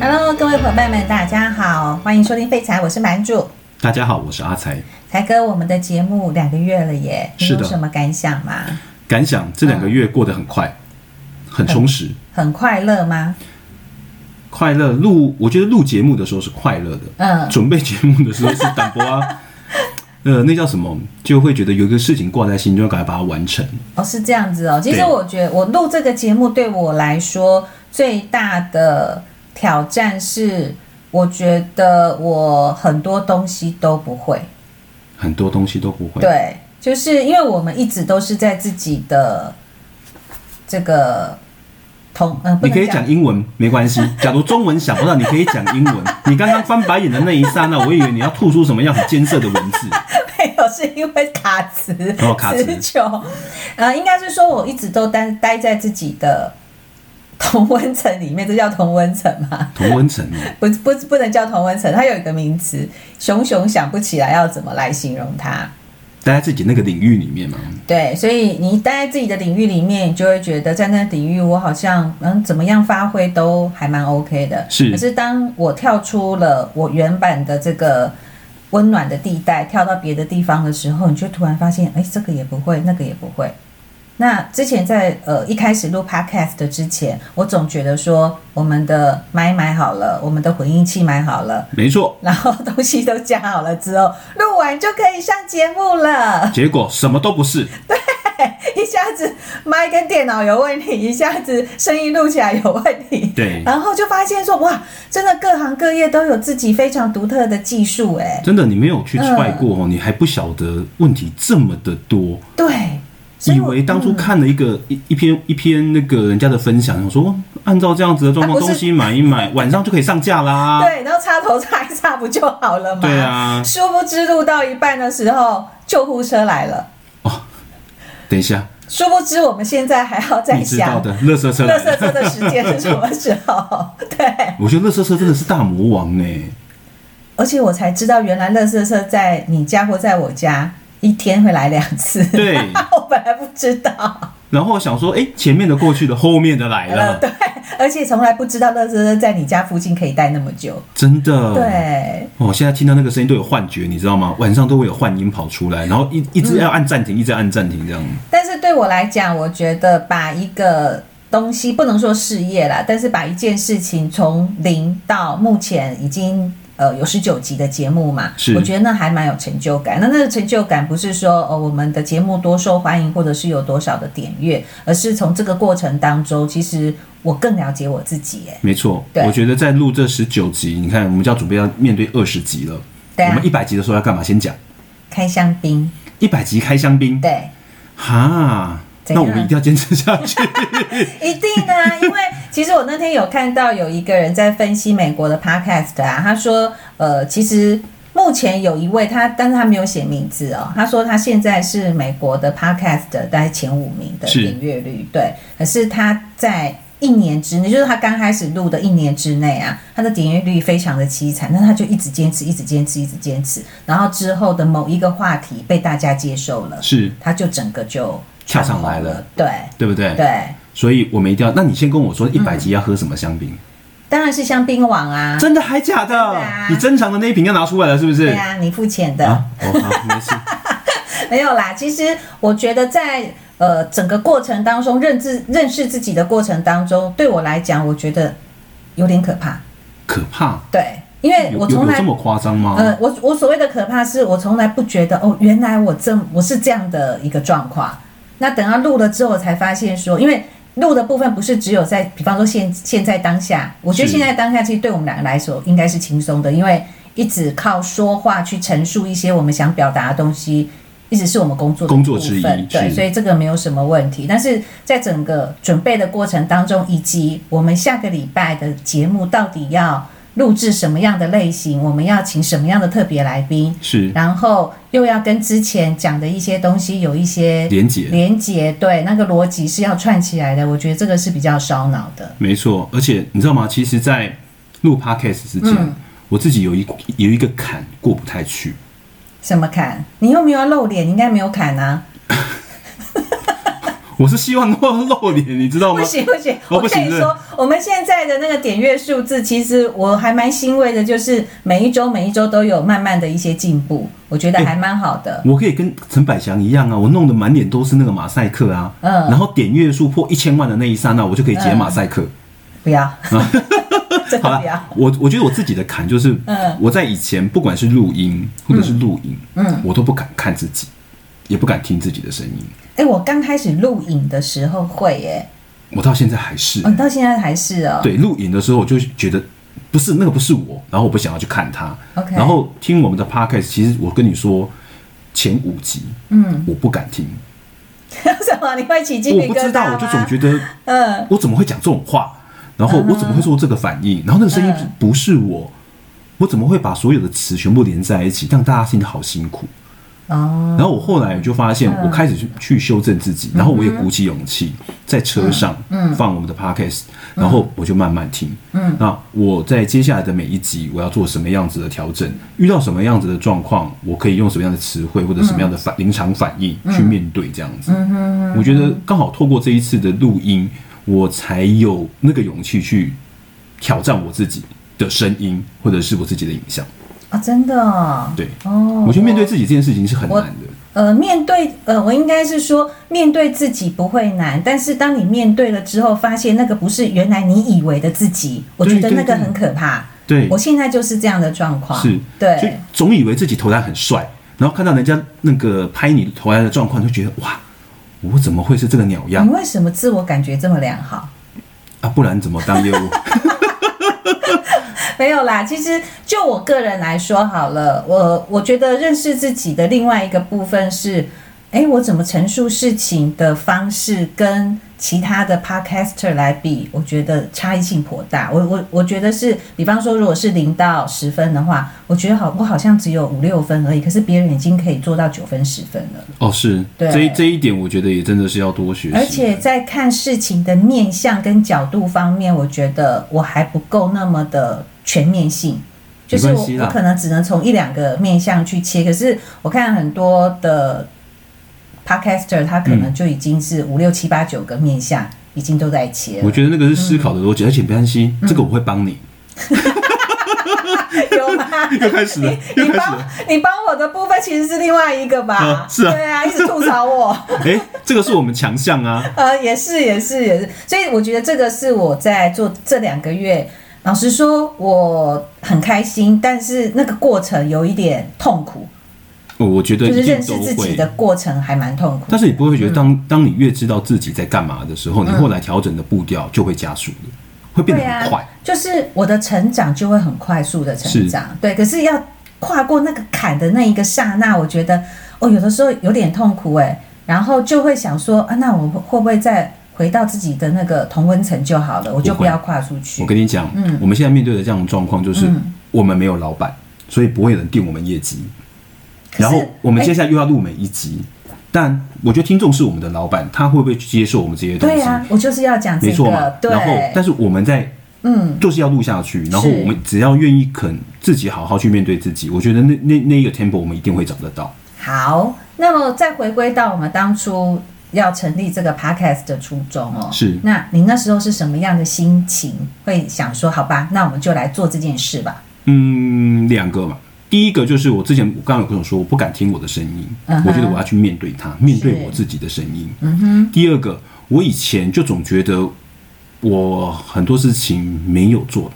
Hello，各位伙伴们，大家好，欢迎收听废柴，我是蛮主。大家好，我是阿才。才哥，我们的节目两个月了耶，你是的有什么感想吗？感想这两个月过得很快，很充实，很快乐吗？快乐。录我觉得录节目的时候是快乐的，嗯准备节目的时候是淡薄啊， 呃，那叫什么？就会觉得有一个事情挂在心中，赶快把它完成。哦，是这样子哦。其实对我觉得我录这个节目对我来说最大的挑战是，我觉得我很多东西都不会。很多东西都不会。对，就是因为我们一直都是在自己的这个同嗯、呃，不你可能以讲英文没关系，假如中文想不到，你可以讲英 文。你刚刚翻白眼的那一刹那，我以为你要吐出什么样很艰涩的文字。没有，是因为卡词，哦卡词词穷。呃，应该是说我一直都待待在自己的同温层里面，这叫同温层吗？ 同温层哦，不不不能叫同温层，它有一个名词，熊熊想不起来要怎么来形容它。待在自己那个领域里面嘛。对，所以你待在自己的领域里面，你就会觉得在那领域我好像嗯怎么样发挥都还蛮 OK 的。是可是当我跳出了我原版的这个温暖的地带，跳到别的地方的时候，你就突然发现，哎，这个也不会，那个也不会。那之前在呃一开始录 podcast 的之前，我总觉得说我们的麦买好了，我们的混音器买好了，没错，然后东西都加好了之后，录完就可以上节目了。结果什么都不是。 一下子麦跟电脑有问题，一下子声音录起来有问题，对然后就发现说哇，真的各行各业都有自己非常独特的技术，哎，真的，你没有去踹嗯过哦，你还不晓得问题这么的多。对，所以我嗯为当初看了一个、一一篇一篇那个人家的分享，想说按照这样子的状况，啊不是东西买 一买，晚上就可以上架啦。对，然后插头插一插不就好了吗？啊对啊殊不知录到一半的时候，救护车来了。等一下，殊不知我们现在还要再你知道想，的，乐色车垃来圾了。车的时间是什么时候？ 对。我觉得乐色车真的是大魔王欸呢、而且我才知道，原来垃圾车在你家或在我家一天会来两次。对 我本来不知道，然后想说，哎、前面的过去了，后面的来了，呃对，而且从来不知道垃圾车在你家附近可以待那么久。真的。。对，哦，现在听到那个声音都有幻觉，你知道吗？晚上都会有幻音跑出来，然后一一直要按暂停，一直按暂停这样。但是对我来讲，我觉得把一个东西不能说事业啦，但是把一件事情从零到目前已经。呃，有十九集的节目嘛，是我觉得那还蛮有成就感。那那个成就感不是说呃我们的节目多受欢迎，或者是有多少的点阅，而是从这个过程当中，其实我更了解我自己。哎，没错，对我觉得在录这十九集，你看我们就要准备要面对二十集了。对我啊们一，百集的时候要干嘛？先讲开香槟，一百集开香槟。对，啊哈，怎那样啊我们一定要坚持下去。一定啊，因为其实我那天有看到有一个人在分析美国的 podcast 啊，他说，呃，其实目前有一位他，但是他没有写名字哦，他说他现在是美国的 podcast 的大概前五名的是点阅率，对，可是他在。一年之内，就是他刚开始录的一年之内啊，他的点阅率非常的凄惨，但他就一直坚持，一直坚持，一直坚持，然后之后的某一个话题被大家接受了，是 他就整个就跳上来了了，对对不对？对。嗯所以我们一定要。那你先跟我说，一百集要喝什么香槟？当然是香槟王啊，真的还假的？真的啊你珍藏的那一瓶要拿出来了，是不是？对啊，你付钱的、啊，哦，好，没事。没有啦。其实我觉得在呃整个过程当中，认知认识自己的过程当中，对我来讲，我觉得有点可怕。可怕，对，因为有我有从有来这么夸张吗？呃，我我所谓的可怕是我从来不觉得哦，原来我这我是这样的一个状况。那等到录了之后，我才发现说，因为录的部分不是只有在，比方说现现在当下，我觉得是现在当下其实对我们两个来说应该是轻松的，因为一直靠说话去陈述一些我们想表达的东西。一直是我们工作的工作之一部分对，是所以这个没有什么问题。但是在整个准备的过程当中，以及我们下个礼拜的节目到底要录制什么样的类型，我们要请什么样的特别来宾，是然后又要跟之前讲的一些东西有一些连结，连结，对，那个逻辑是要串起来的。我觉得这个是比较烧脑的。没错。而且你知道吗？其实，在录 podcast 之前，嗯我自己有一有一个坎过不太去。什么砍？你又没有要露脸，你应该没有砍啊。我是希望能够露脸，你知道吗不？行不行，哦我不跟行你是说，我们现在的那个点阅数字，其实我还蛮欣慰的，就是每一周每一周都有慢慢的一些进步，我觉得还蛮好的。我可以跟陈百祥一样啊，我弄得满脸都是那个马赛克啊，嗯然后点阅数破一千万的那一刹那，我就可以解马赛克。不要， 真 好啊的不要了。，我我觉得我自己的坎就是，啊嗯我在以前不管是录音或者是录影，嗯我都不敢看自己，也不敢听自己的声音，哎、我刚开始录影的时候会耶、我到现在还是、哦，你到现在还是哦。 对录影的时候，我就觉得不是那个不是我，然后我不想要去看它。 OK 然后听我们的 podcast，其实我跟你说，前五集嗯，我不敢听，什么？你会起鸡我皮不疙知瘩道，吗？我就总觉得嗯，我怎么会讲这种话，然后我怎么会做这个反应，然后那个声音嗯不是我，我怎么会把所有的词全部连在一起，让大家听得好辛苦。哦，然后我后来就发现，我开始去去修正自己，然后我也鼓起勇气在车上放我们的 podcast，然后我就慢慢听。嗯，那我在接下来的每一集，我要做什么样子的调整，遇到什么样子的状况，我可以用什么样的词汇或者什么样的反临场反应去面对这样子。我觉得刚好透过这一次的录音，我才有那个勇气去挑战我自己的声音，或者是我自己的影像。啊、真的、哦。对，哦，我觉得面对自己这件事情是很我难的。呃，面对呃，我应该是说面对自己不会难，但是当你面对了之后，发现那个不是原来你以为的自己，我觉对得对那个对很可怕。对我现在就是这样的状况。是，就对，总以为自己投篮很帅，然后看到人家那个拍你投篮的状况，就觉得哇，我怎么会是这个鸟样你为什么自我感觉这么良好？啊？不然怎么 当业务？没有啦，其实就我个人来说好了，我我觉得认识自己的另外一个部分是，哎，我怎么陈述事情的方式跟其他的 podcaster 来比，我觉得差异性颇大。我我我觉得是，比方说如果是零到十分的话，我觉得好，我好像只有五六分而已，可是别人已经可以做到九分十分了。哦，是，对这一这一点我觉得也真的是要多学习。而且在看事情的面向跟角度方面，我觉得我还不够那么的全面性。就是没我关系啦我可能只能从一两个面向去切，可是我看很多的 podcaster，他可能就已经是五六七八九个面向已经都在切我了，觉得那个是思考的逻辑，而且别担心，嗯这个我会帮你。 有吗？ 又开始了，又你开始帮了。你帮我的部分其实是另外一个吧？啊 是啊对啊，一直吐槽我。哎，这个是我们强项啊。呃，也是，也是，也是。所以我觉得这个是我在做这两个月，老实说，我很开心，但是那个过程有一点痛苦，哦我觉得就是一定认都识自己会的。嗯过程还蛮痛苦。但是你不会觉得当，当你越知道自己在干嘛的时候，你后来调整的步调就会加速的，会变嗯得对啊很快。就是我的成长就会很快速的成长，对。可是要跨过那个坎的那一个刹那，我觉得哦，有的时候有点痛苦哎、然后就会想说啊，那我会不会再回到自己的那个同温层就好了，我就不不会要跨出去我。跟你讲，嗯我们现在面对的这样的状况就是嗯，我们没有老板，所以不会有人定我们业绩。可是然后我们哎接下来又要录每一集，但我觉得听众是我们的老板，他会不会去接受我们这些东对西？呀、我就是要讲这没错嘛个。。对，然后，但是我们在嗯，就是要录下去，然后我们只要愿意肯自己好好去面对自己，我觉得那那那一个 tempo 我们一定会找得到。好，那么再回归到我们当初要成立这个 podcast 的初衷哦，是那你那时候是什么样的心情？会想说，好吧，那我们就来做这件事吧。嗯，两个嘛。第一个就是我之前我刚刚有跟我说，我不敢听我的声音嗯哼我觉得我要去面对它，面对我自己的声音。嗯哼。第二个，我以前就总觉得我很多事情没有做，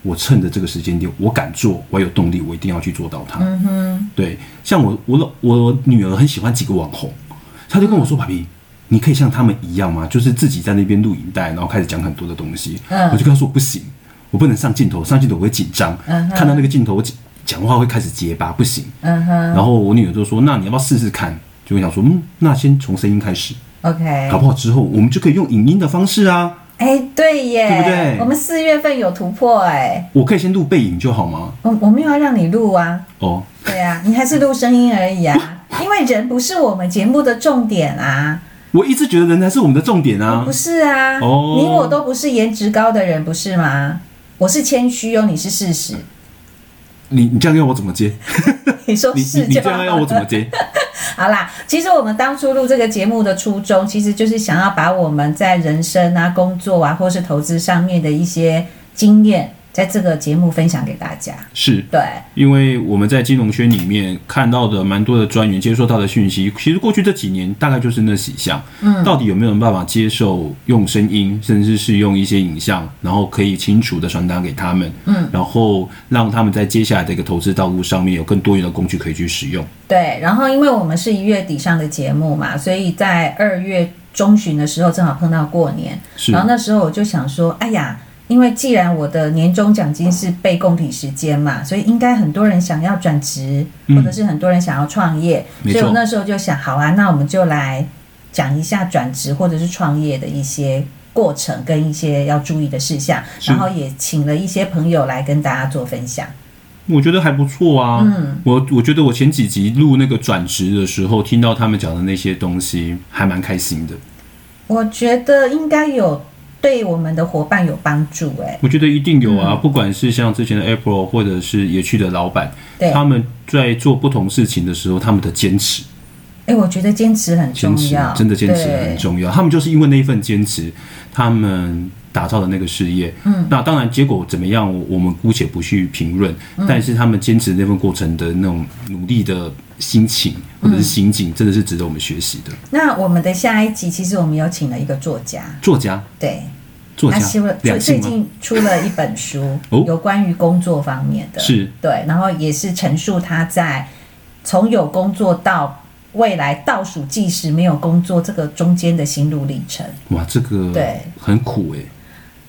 我趁着这个时间点，我敢做，我有动力，我一定要去做到它。嗯哼。对，像我我老我女儿很喜欢几个网红，她就跟我说：“爸比，你可以像他们一样吗？就是自己在那边录影带，然后开始讲很多的东西。嗯我就跟她说：“不行，我不能上镜头，上镜头我会紧张，嗯哼看到那个镜头我紧讲话会开始结巴，不行。嗯哼然后我女儿就说：“那你要不要试试看？”就我想说：“嗯，那先从声音开始， ，OK，搞不好之后我们就可以用影音的方式啊。哎，对耶，对不对我们四月份有突破哎，我可以先录背影就好吗我我没有要让你录啊，？”哦，对啊，你还是录声音而已啊，因为人不是我们节目的重点啊。我一直觉得人才是我们的重点啊不。是啊，哦你我都不是颜值高的人，不是吗？我是谦虚哦，你是事实。 你你这样要我怎么接？你说你你是你就这样好要我怎么接？ 好啦，其实我们当初录这个节目的初衷，其实就是想要把我们在人生啊、工作啊，或是投资上面的一些经验，在这个节目分享给大家。是对，因为我们在金融圈里面看到的蛮多的专员接收到的讯息，其实过去这几年大概就是那几项。嗯，到底有没有人办法接受用声音，甚至是用一些影像，然后可以清楚的传达给他们，嗯，然后让他们在接下来的一个投资道路上面有更多元的工具可以去使用。对，然后因为我们是一月底上的节目嘛，所以在二月中旬的时候正好碰到过年，是然后那时候我就想说，哎呀，因为既然我的年终奖金是被供体时间嘛，所以应该很多人想要转职，或者是很多人想要创业，嗯没所以我错那时候就想，好啊，那我们就来讲一下转职或者是创业的一些。过程跟一些要注意的事项，是然后也请了一些朋友来跟大家做分享。我觉得还不错啊。嗯，我我觉得我前几集录那个转职的时候，听到他们讲的那些东西，还蛮开心的。我觉得应该有对我们的伙伴有帮助、哎，我觉得一定有啊，不管是像之前的 April 或者是野趣的老板，对，他们在做不同事情的时候，他们的坚持、哎，我觉得坚持很坚重持要，真的坚持对很重要。他们就是因为那一份坚持，他们打造的那个事业。嗯，那当然结果怎么样，我我们姑且不去评论，嗯但是他们坚持那份过程的那种努力的心情或者是心嗯境，真的是值得我们学习的。那我们的下一集，其实我们有请了一个作家，作家，对，作他家修了，最两啊最性吗？近出了一本 书，哦有关于工作方面的，是对，然后也是陈述他在从有工作到未来倒数计时没有工作这个中间的心路历程。哇，这个对很苦哎、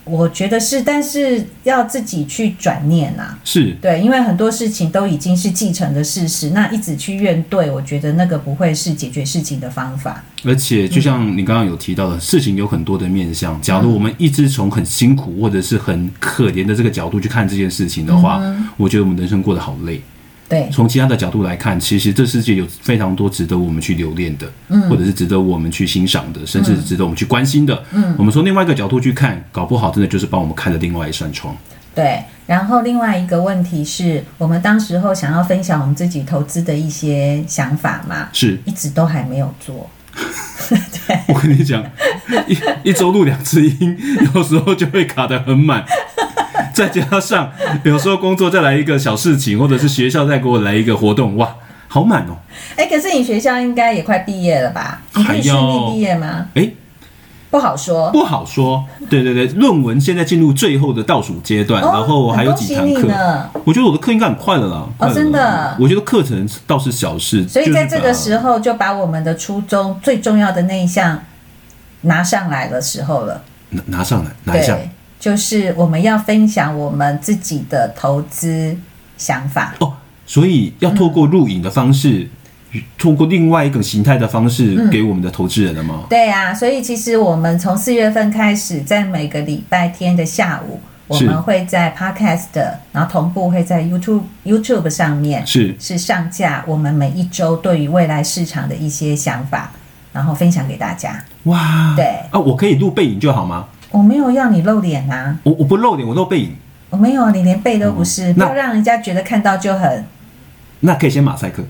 我觉得是，但是要自己去转念啊，是对，因为很多事情都已经是既成的事实，那一直去怨对，我觉得那个不会是解决事情的方法。而且，就像你刚刚有提到的，事情有很多的面向。假如我们一直从很辛苦或者是很可怜的这个角度去看这件事情的话，我觉得我们人生过得好累。对，从其他的角度来看，其实这世界有非常多值得我们去留恋的，或者是值得我们去欣赏的，甚至值得我们去关心的。我们从另外一个角度去看，搞不好真的就是帮我们开了另外一扇窗。对。然后另外一个问题是我们当时候想要分享我们自己投资的一些想法嘛，是一直都还没有做。我跟你讲，一一周录两次音，有时候就会卡得很满。再加上有时候工作再来一个小事情，或者是学校再给我来一个活动，哇，好满哦！哎，可是你学校应该也快毕业了吧？你可以顺还利要毕业吗？诶，不好说。不好说。对对对，论文现在进入最后的倒数阶段，哦然后还有几堂很恭喜你课。呢。哦我觉得我的课应该很快了啦，快了啦真的我觉得课程倒是小事，所以在就是这把个时候就把我们的初衷最重要的那一项拿上来的时候了。拿拿上来，拿一下。对，就是我们要分享我们自己的投资想法。哦，所以要透过录影的方式，透过另外一个形态的方式嗯给我们的投资人了吗？对啊，所以其实我们从四月份开始，在每个礼拜天的下午，我是们会在 Podcast，然后同步会在 YouTube YouTube 上面是是上架我们每一周对于未来市场的一些想法，然后分享给大家。哇，对啊，我可以录背影就好吗？我没有要你露脸啊，我我不露脸，我露背影，我没有，啊你连背都不是，嗯不那要让人家觉得看到就很那可以先马赛克。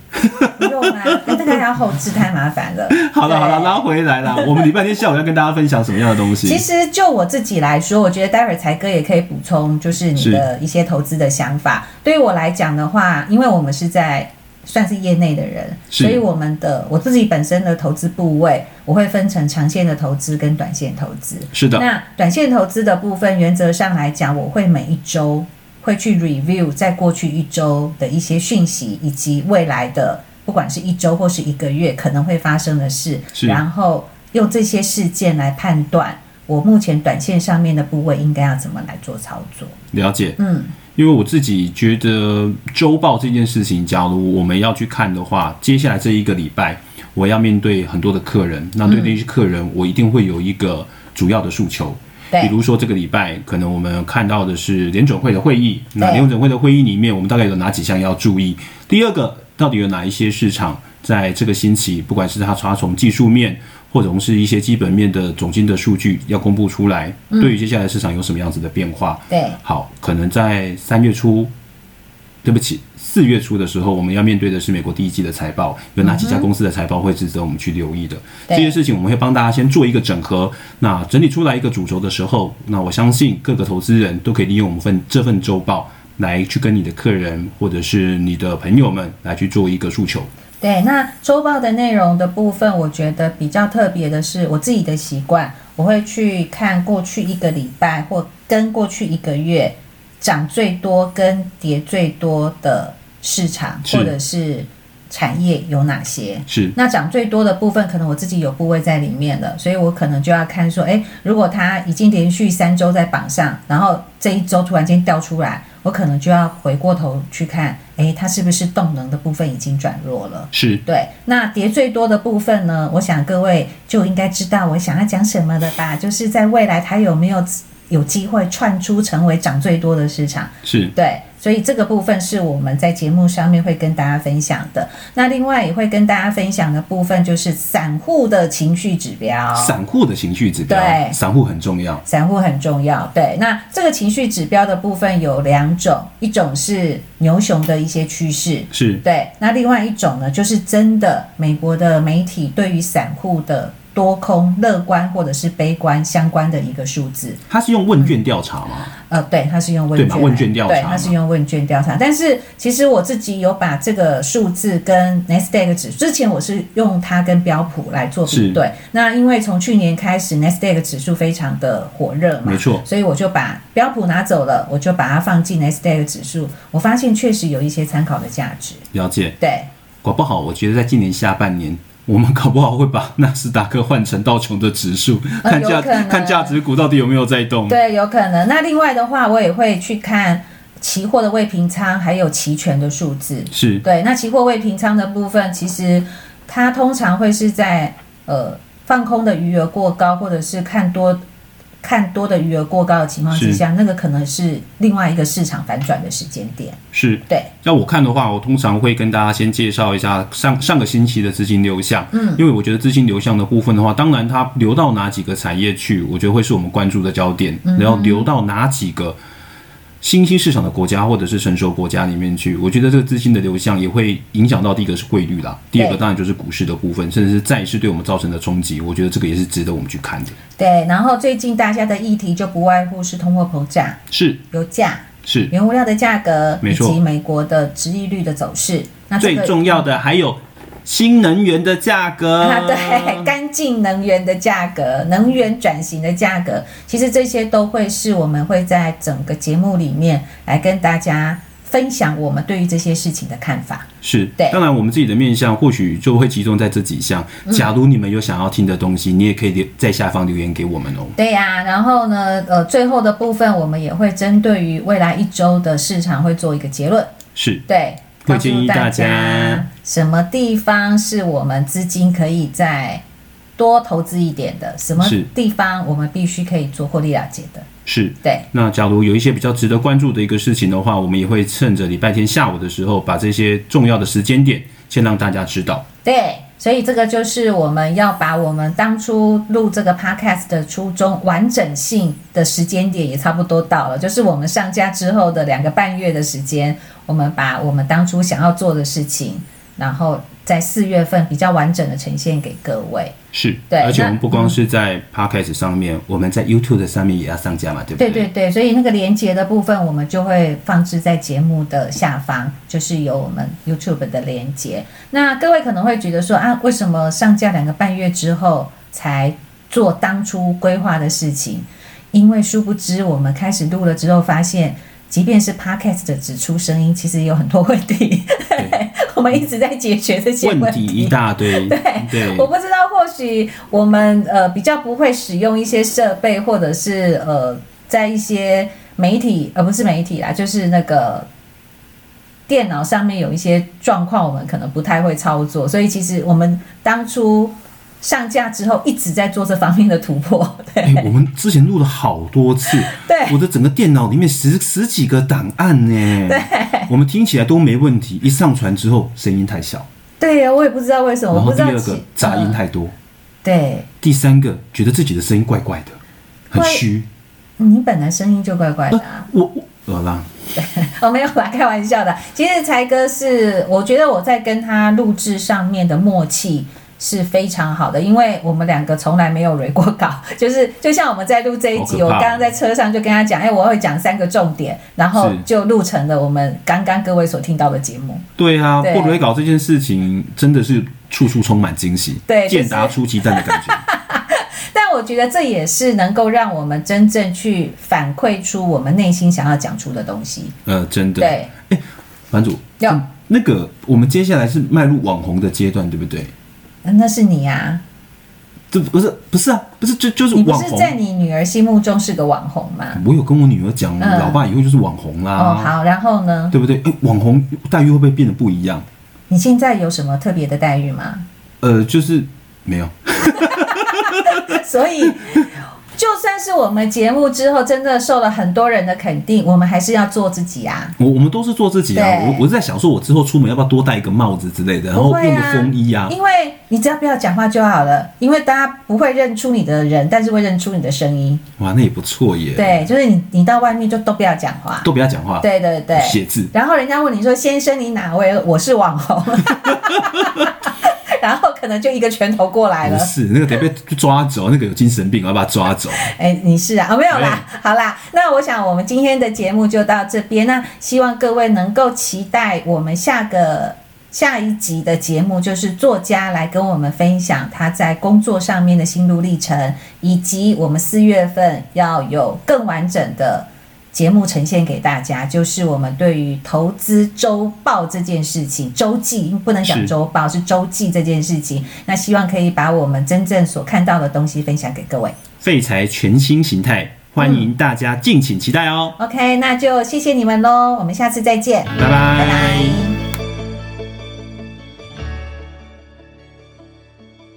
不用啊，那大概要后置太麻烦了。 好了对好了，拉回 来啦。我们礼拜天下午要跟大家分享什么样的东西？其实就我自己来说，我觉得待会儿才哥也可以补充，就是你的一些投资的想法。对于我来讲的话，因为我们是在算是业内的人，是所以我们的我自己本身的投资部位，我会分成长线的投资跟短线投资。是的，那短线投资的部分，原则上来讲，我会每一周会去 review 在过去一周的一些讯息，以及未来的不管是一周或是一个月可能会发生的事，是然后用这些事件来判断我目前短线上面的部位应该要怎么来做操作。了解。嗯，因为我自己觉得周报这件事情，假如我们要去看的话，接下来这一个礼拜我要面对很多的客人，那对这些客人，我一定会有一个主要的诉求。比对如说这个礼拜，可能我们看到的是联准会的会议。那对联准会的会议里面，我们大概有哪几项要注意？第二个，到底有哪一些市场在这个星期，不管是它它从技术面，或者是一些基本面的总金的数据要公布出来，嗯对于接下来市场有什么样子的变化？对好，可能在三月初。对不起，四月初的时候，我们要面对的是美国第一季的财报，有哪几家公司的财报会值得我们去留意的？对这些事情我们会帮大家先做一个整合。那整理出来一个主轴的时候，那我相信各个投资人都可以利用我们份这份周报来去跟你的客人或者是你的朋友们来去做一个诉求。对，那周报的内容的部分，我觉得比较特别的是我自己的习惯，我会去看过去一个礼拜或跟过去一个月涨最多跟跌最多的市场是或者是产业有哪些。是那涨最多的部分，可能我自己有部位在里面了，所以我可能就要看说，诶，如果它已经连续三周在榜上，然后这一周突然间掉出来，我可能就要回过头去看，诶，它是不是动能的部分已经转弱了？是，对，那跌最多的部分呢，我想各位就应该知道我想要讲什么了吧？就是在未来它有没有有机会窜出成为涨最多的市场？是对，所以这个部分是我们在节目上面会跟大家分享的。那另外也会跟大家分享的部分就是散户的情绪指标。散户的情绪指标对，散户很重要。散户很重要，对。那这个情绪指标的部分有两种，一种是牛熊的一些趋势，是对，那另外一种呢，就是真的美国的媒体对于散户的多空乐观或者是悲观相关的一个数字。它是用问卷调查吗？呃，对，它是用问对卷嘛来，问卷调查对，嘛它是用问卷调查。但是其实我自己有把这个数字跟 n e s t a q 指，之前我是用它跟标普来做比是对。那因为从去年开始 n e s t a q 指数非常的火热嘛，没错所以我就把标普拿走了，我就把它放进 n e s t a q 指数，我发现确实有一些参考的价值。了解。对，搞不好，我觉得在今年下半年，我们搞不好会把纳斯达克换成道琼的指数，呃看有价可能看价值股到底有没有在动。对，有可能。那另外的话，我也会去看期货的未平仓，还有期权的数字。是对，那期货未平仓的部分，其实它通常会是在呃放空的余额过高，或者是看多看多的余额过高的情况之是下，那个可能是另外一个市场反转的时间点。是。对，要我看的话，我通常会跟大家先介绍一下上上个星期的资金流向，嗯，因为我觉得资金流向的部分的话，当然它流到哪几个产业去，我觉得会是我们关注的焦点，嗯然后流到哪几个新兴市场的国家或者是成熟国家里面去，我觉得这个资金的流向也会影响到第一个是汇率啦，第二个对当然就是股市的部分，甚至是债市对我们造成的冲击，我觉得这个也是值得我们去看的。对，然后最近大家的议题就不外乎是通货膨胀、是油价、是，原物料的价格，没以错及美国的殖利率的走势。那这最个重要的还有新能源的价格，啊，对， 干净能源的价格、能源转型的价格，其实这些都会是我们会在整个节目里面来跟大家分享我们对于这些事情的看法。是，对当然，我们自己的面向或许就会集中在这几项。嗯假如你们有想要听的东西，你也可以留在下方留言给我们哦。对呀、然后呢，呃，最后的部分我们也会针对于未来一周的市场会做一个结论，是，对，会告诉建议大大家什么地方是我们资金可以再多投资一点的，什么是地方我们必须可以做获利了结的，是。对。那假如有一些比较值得关注的一个事情的话，我们也会趁着礼拜天下午的时候，把这些重要的时间点先让大家知道。对，所以这个就是我们要把我们当初录这个 podcast 的初衷，完整性的时间点也差不多到了，就是我们上架之后的两个半月的时间，我们把我们当初想要做的事情，然后在四月份比较完整的呈现给各位。是，对而且那我们不光是在 podcast 上面，我们在 YouTube 上面也要上架嘛，对不对对对，所以那个连接的部分，我们就会放置在节目的下方，就是有我们 YouTube 的连接。那各位可能会觉得说啊，为什么上架两个半月之后才做当初规划的事情？因为殊不知我们开始录了之后，发现即便是 Podcast 的只出声音，其实也有很多问题。 我们一直在解决这些问题。问题一大 堆。对对我不知道，或许我们呃比较不会使用一些设备，或者是呃在一些媒体，呃不是媒体啦，就是那个电脑上面有一些状况，我们可能不太会操作，所以其实我们当初上架之后一直在做这方面的突破，对哎、我们之前录了好多次，对我的整个电脑里面十十几个档案呢，对，我们听起来都没问题，一上传之后声音太小，对呀，我也不知道为什么，然我后不知第道二其个杂音嗯太多，对。第三个觉得自己的声音怪怪的，很怪虚，呃你本来声音就怪怪的、啊。我我老啦，我 没有啦，开玩笑的。其实才哥是，我觉得我在跟他录制上面的默契是非常好的，因为我们两个从来没有蕊过稿，就是就像我们在录这一集，好可我怕哦刚刚在车上就跟他讲，哎、我会讲三个重点，然后是就录成了我们刚刚各位所听到的节目。对啊，对过蕊稿这件事情真的是处处充满惊喜，对就是健达出奇蛋的 感觉。但我觉得这也是能够让我们真正去反馈出我们内心想要讲出的东西。呃，真的。对，版主，要嗯那个我们接下来是迈入网红的阶段，对不对？那是你啊，这不是不是啊，不是就就是你不网是红。在你女儿心目中是个网红吗？哎我有跟我女儿讲，我嗯老爸以后就是网红哦，啦，好，然后呢？对不对？哎、网红待遇会不会变得不一样？你现在有什么特别的待遇 吗？呃，就是没有，所以，就算是我们节目之后真的受了很多人的肯定，我们还是要做自己啊。我我们都是做自己啊。对我我是在想说，我之后出门要不要多戴一个帽子之类的，然后不会用个啊风衣啊。因为你只要不要讲话就好了，因为大家不会认出你的人，但是会认出你的声音。哇，那也不错耶。，对，就是你，你到外面就都不要讲话。都不要讲话，对对对，写字。然后人家问你说：“先生，你哪位？”我是网红。然后可能就一个拳头过来了不。是那个得被抓走，那个有精神病，我要把他抓走。哎，你是啊？哦，没有啦，好啦。那我想我们今天的节目就到这边。那希望各位能够期待我们下个下一集的节目，就是作家来跟我们分享他在工作上面的心路历程，以及我们四月份要有更完整的。节目呈现给大家，就是我们对于投资周报这件事情，周记不能讲是周报，是周记这件事情。那希望可以把我们真正所看到的东西分享给各位。废柴全新形态，欢迎大家敬请期待哦， OK，那就谢谢你们喽，我们下次再见，拜拜拜。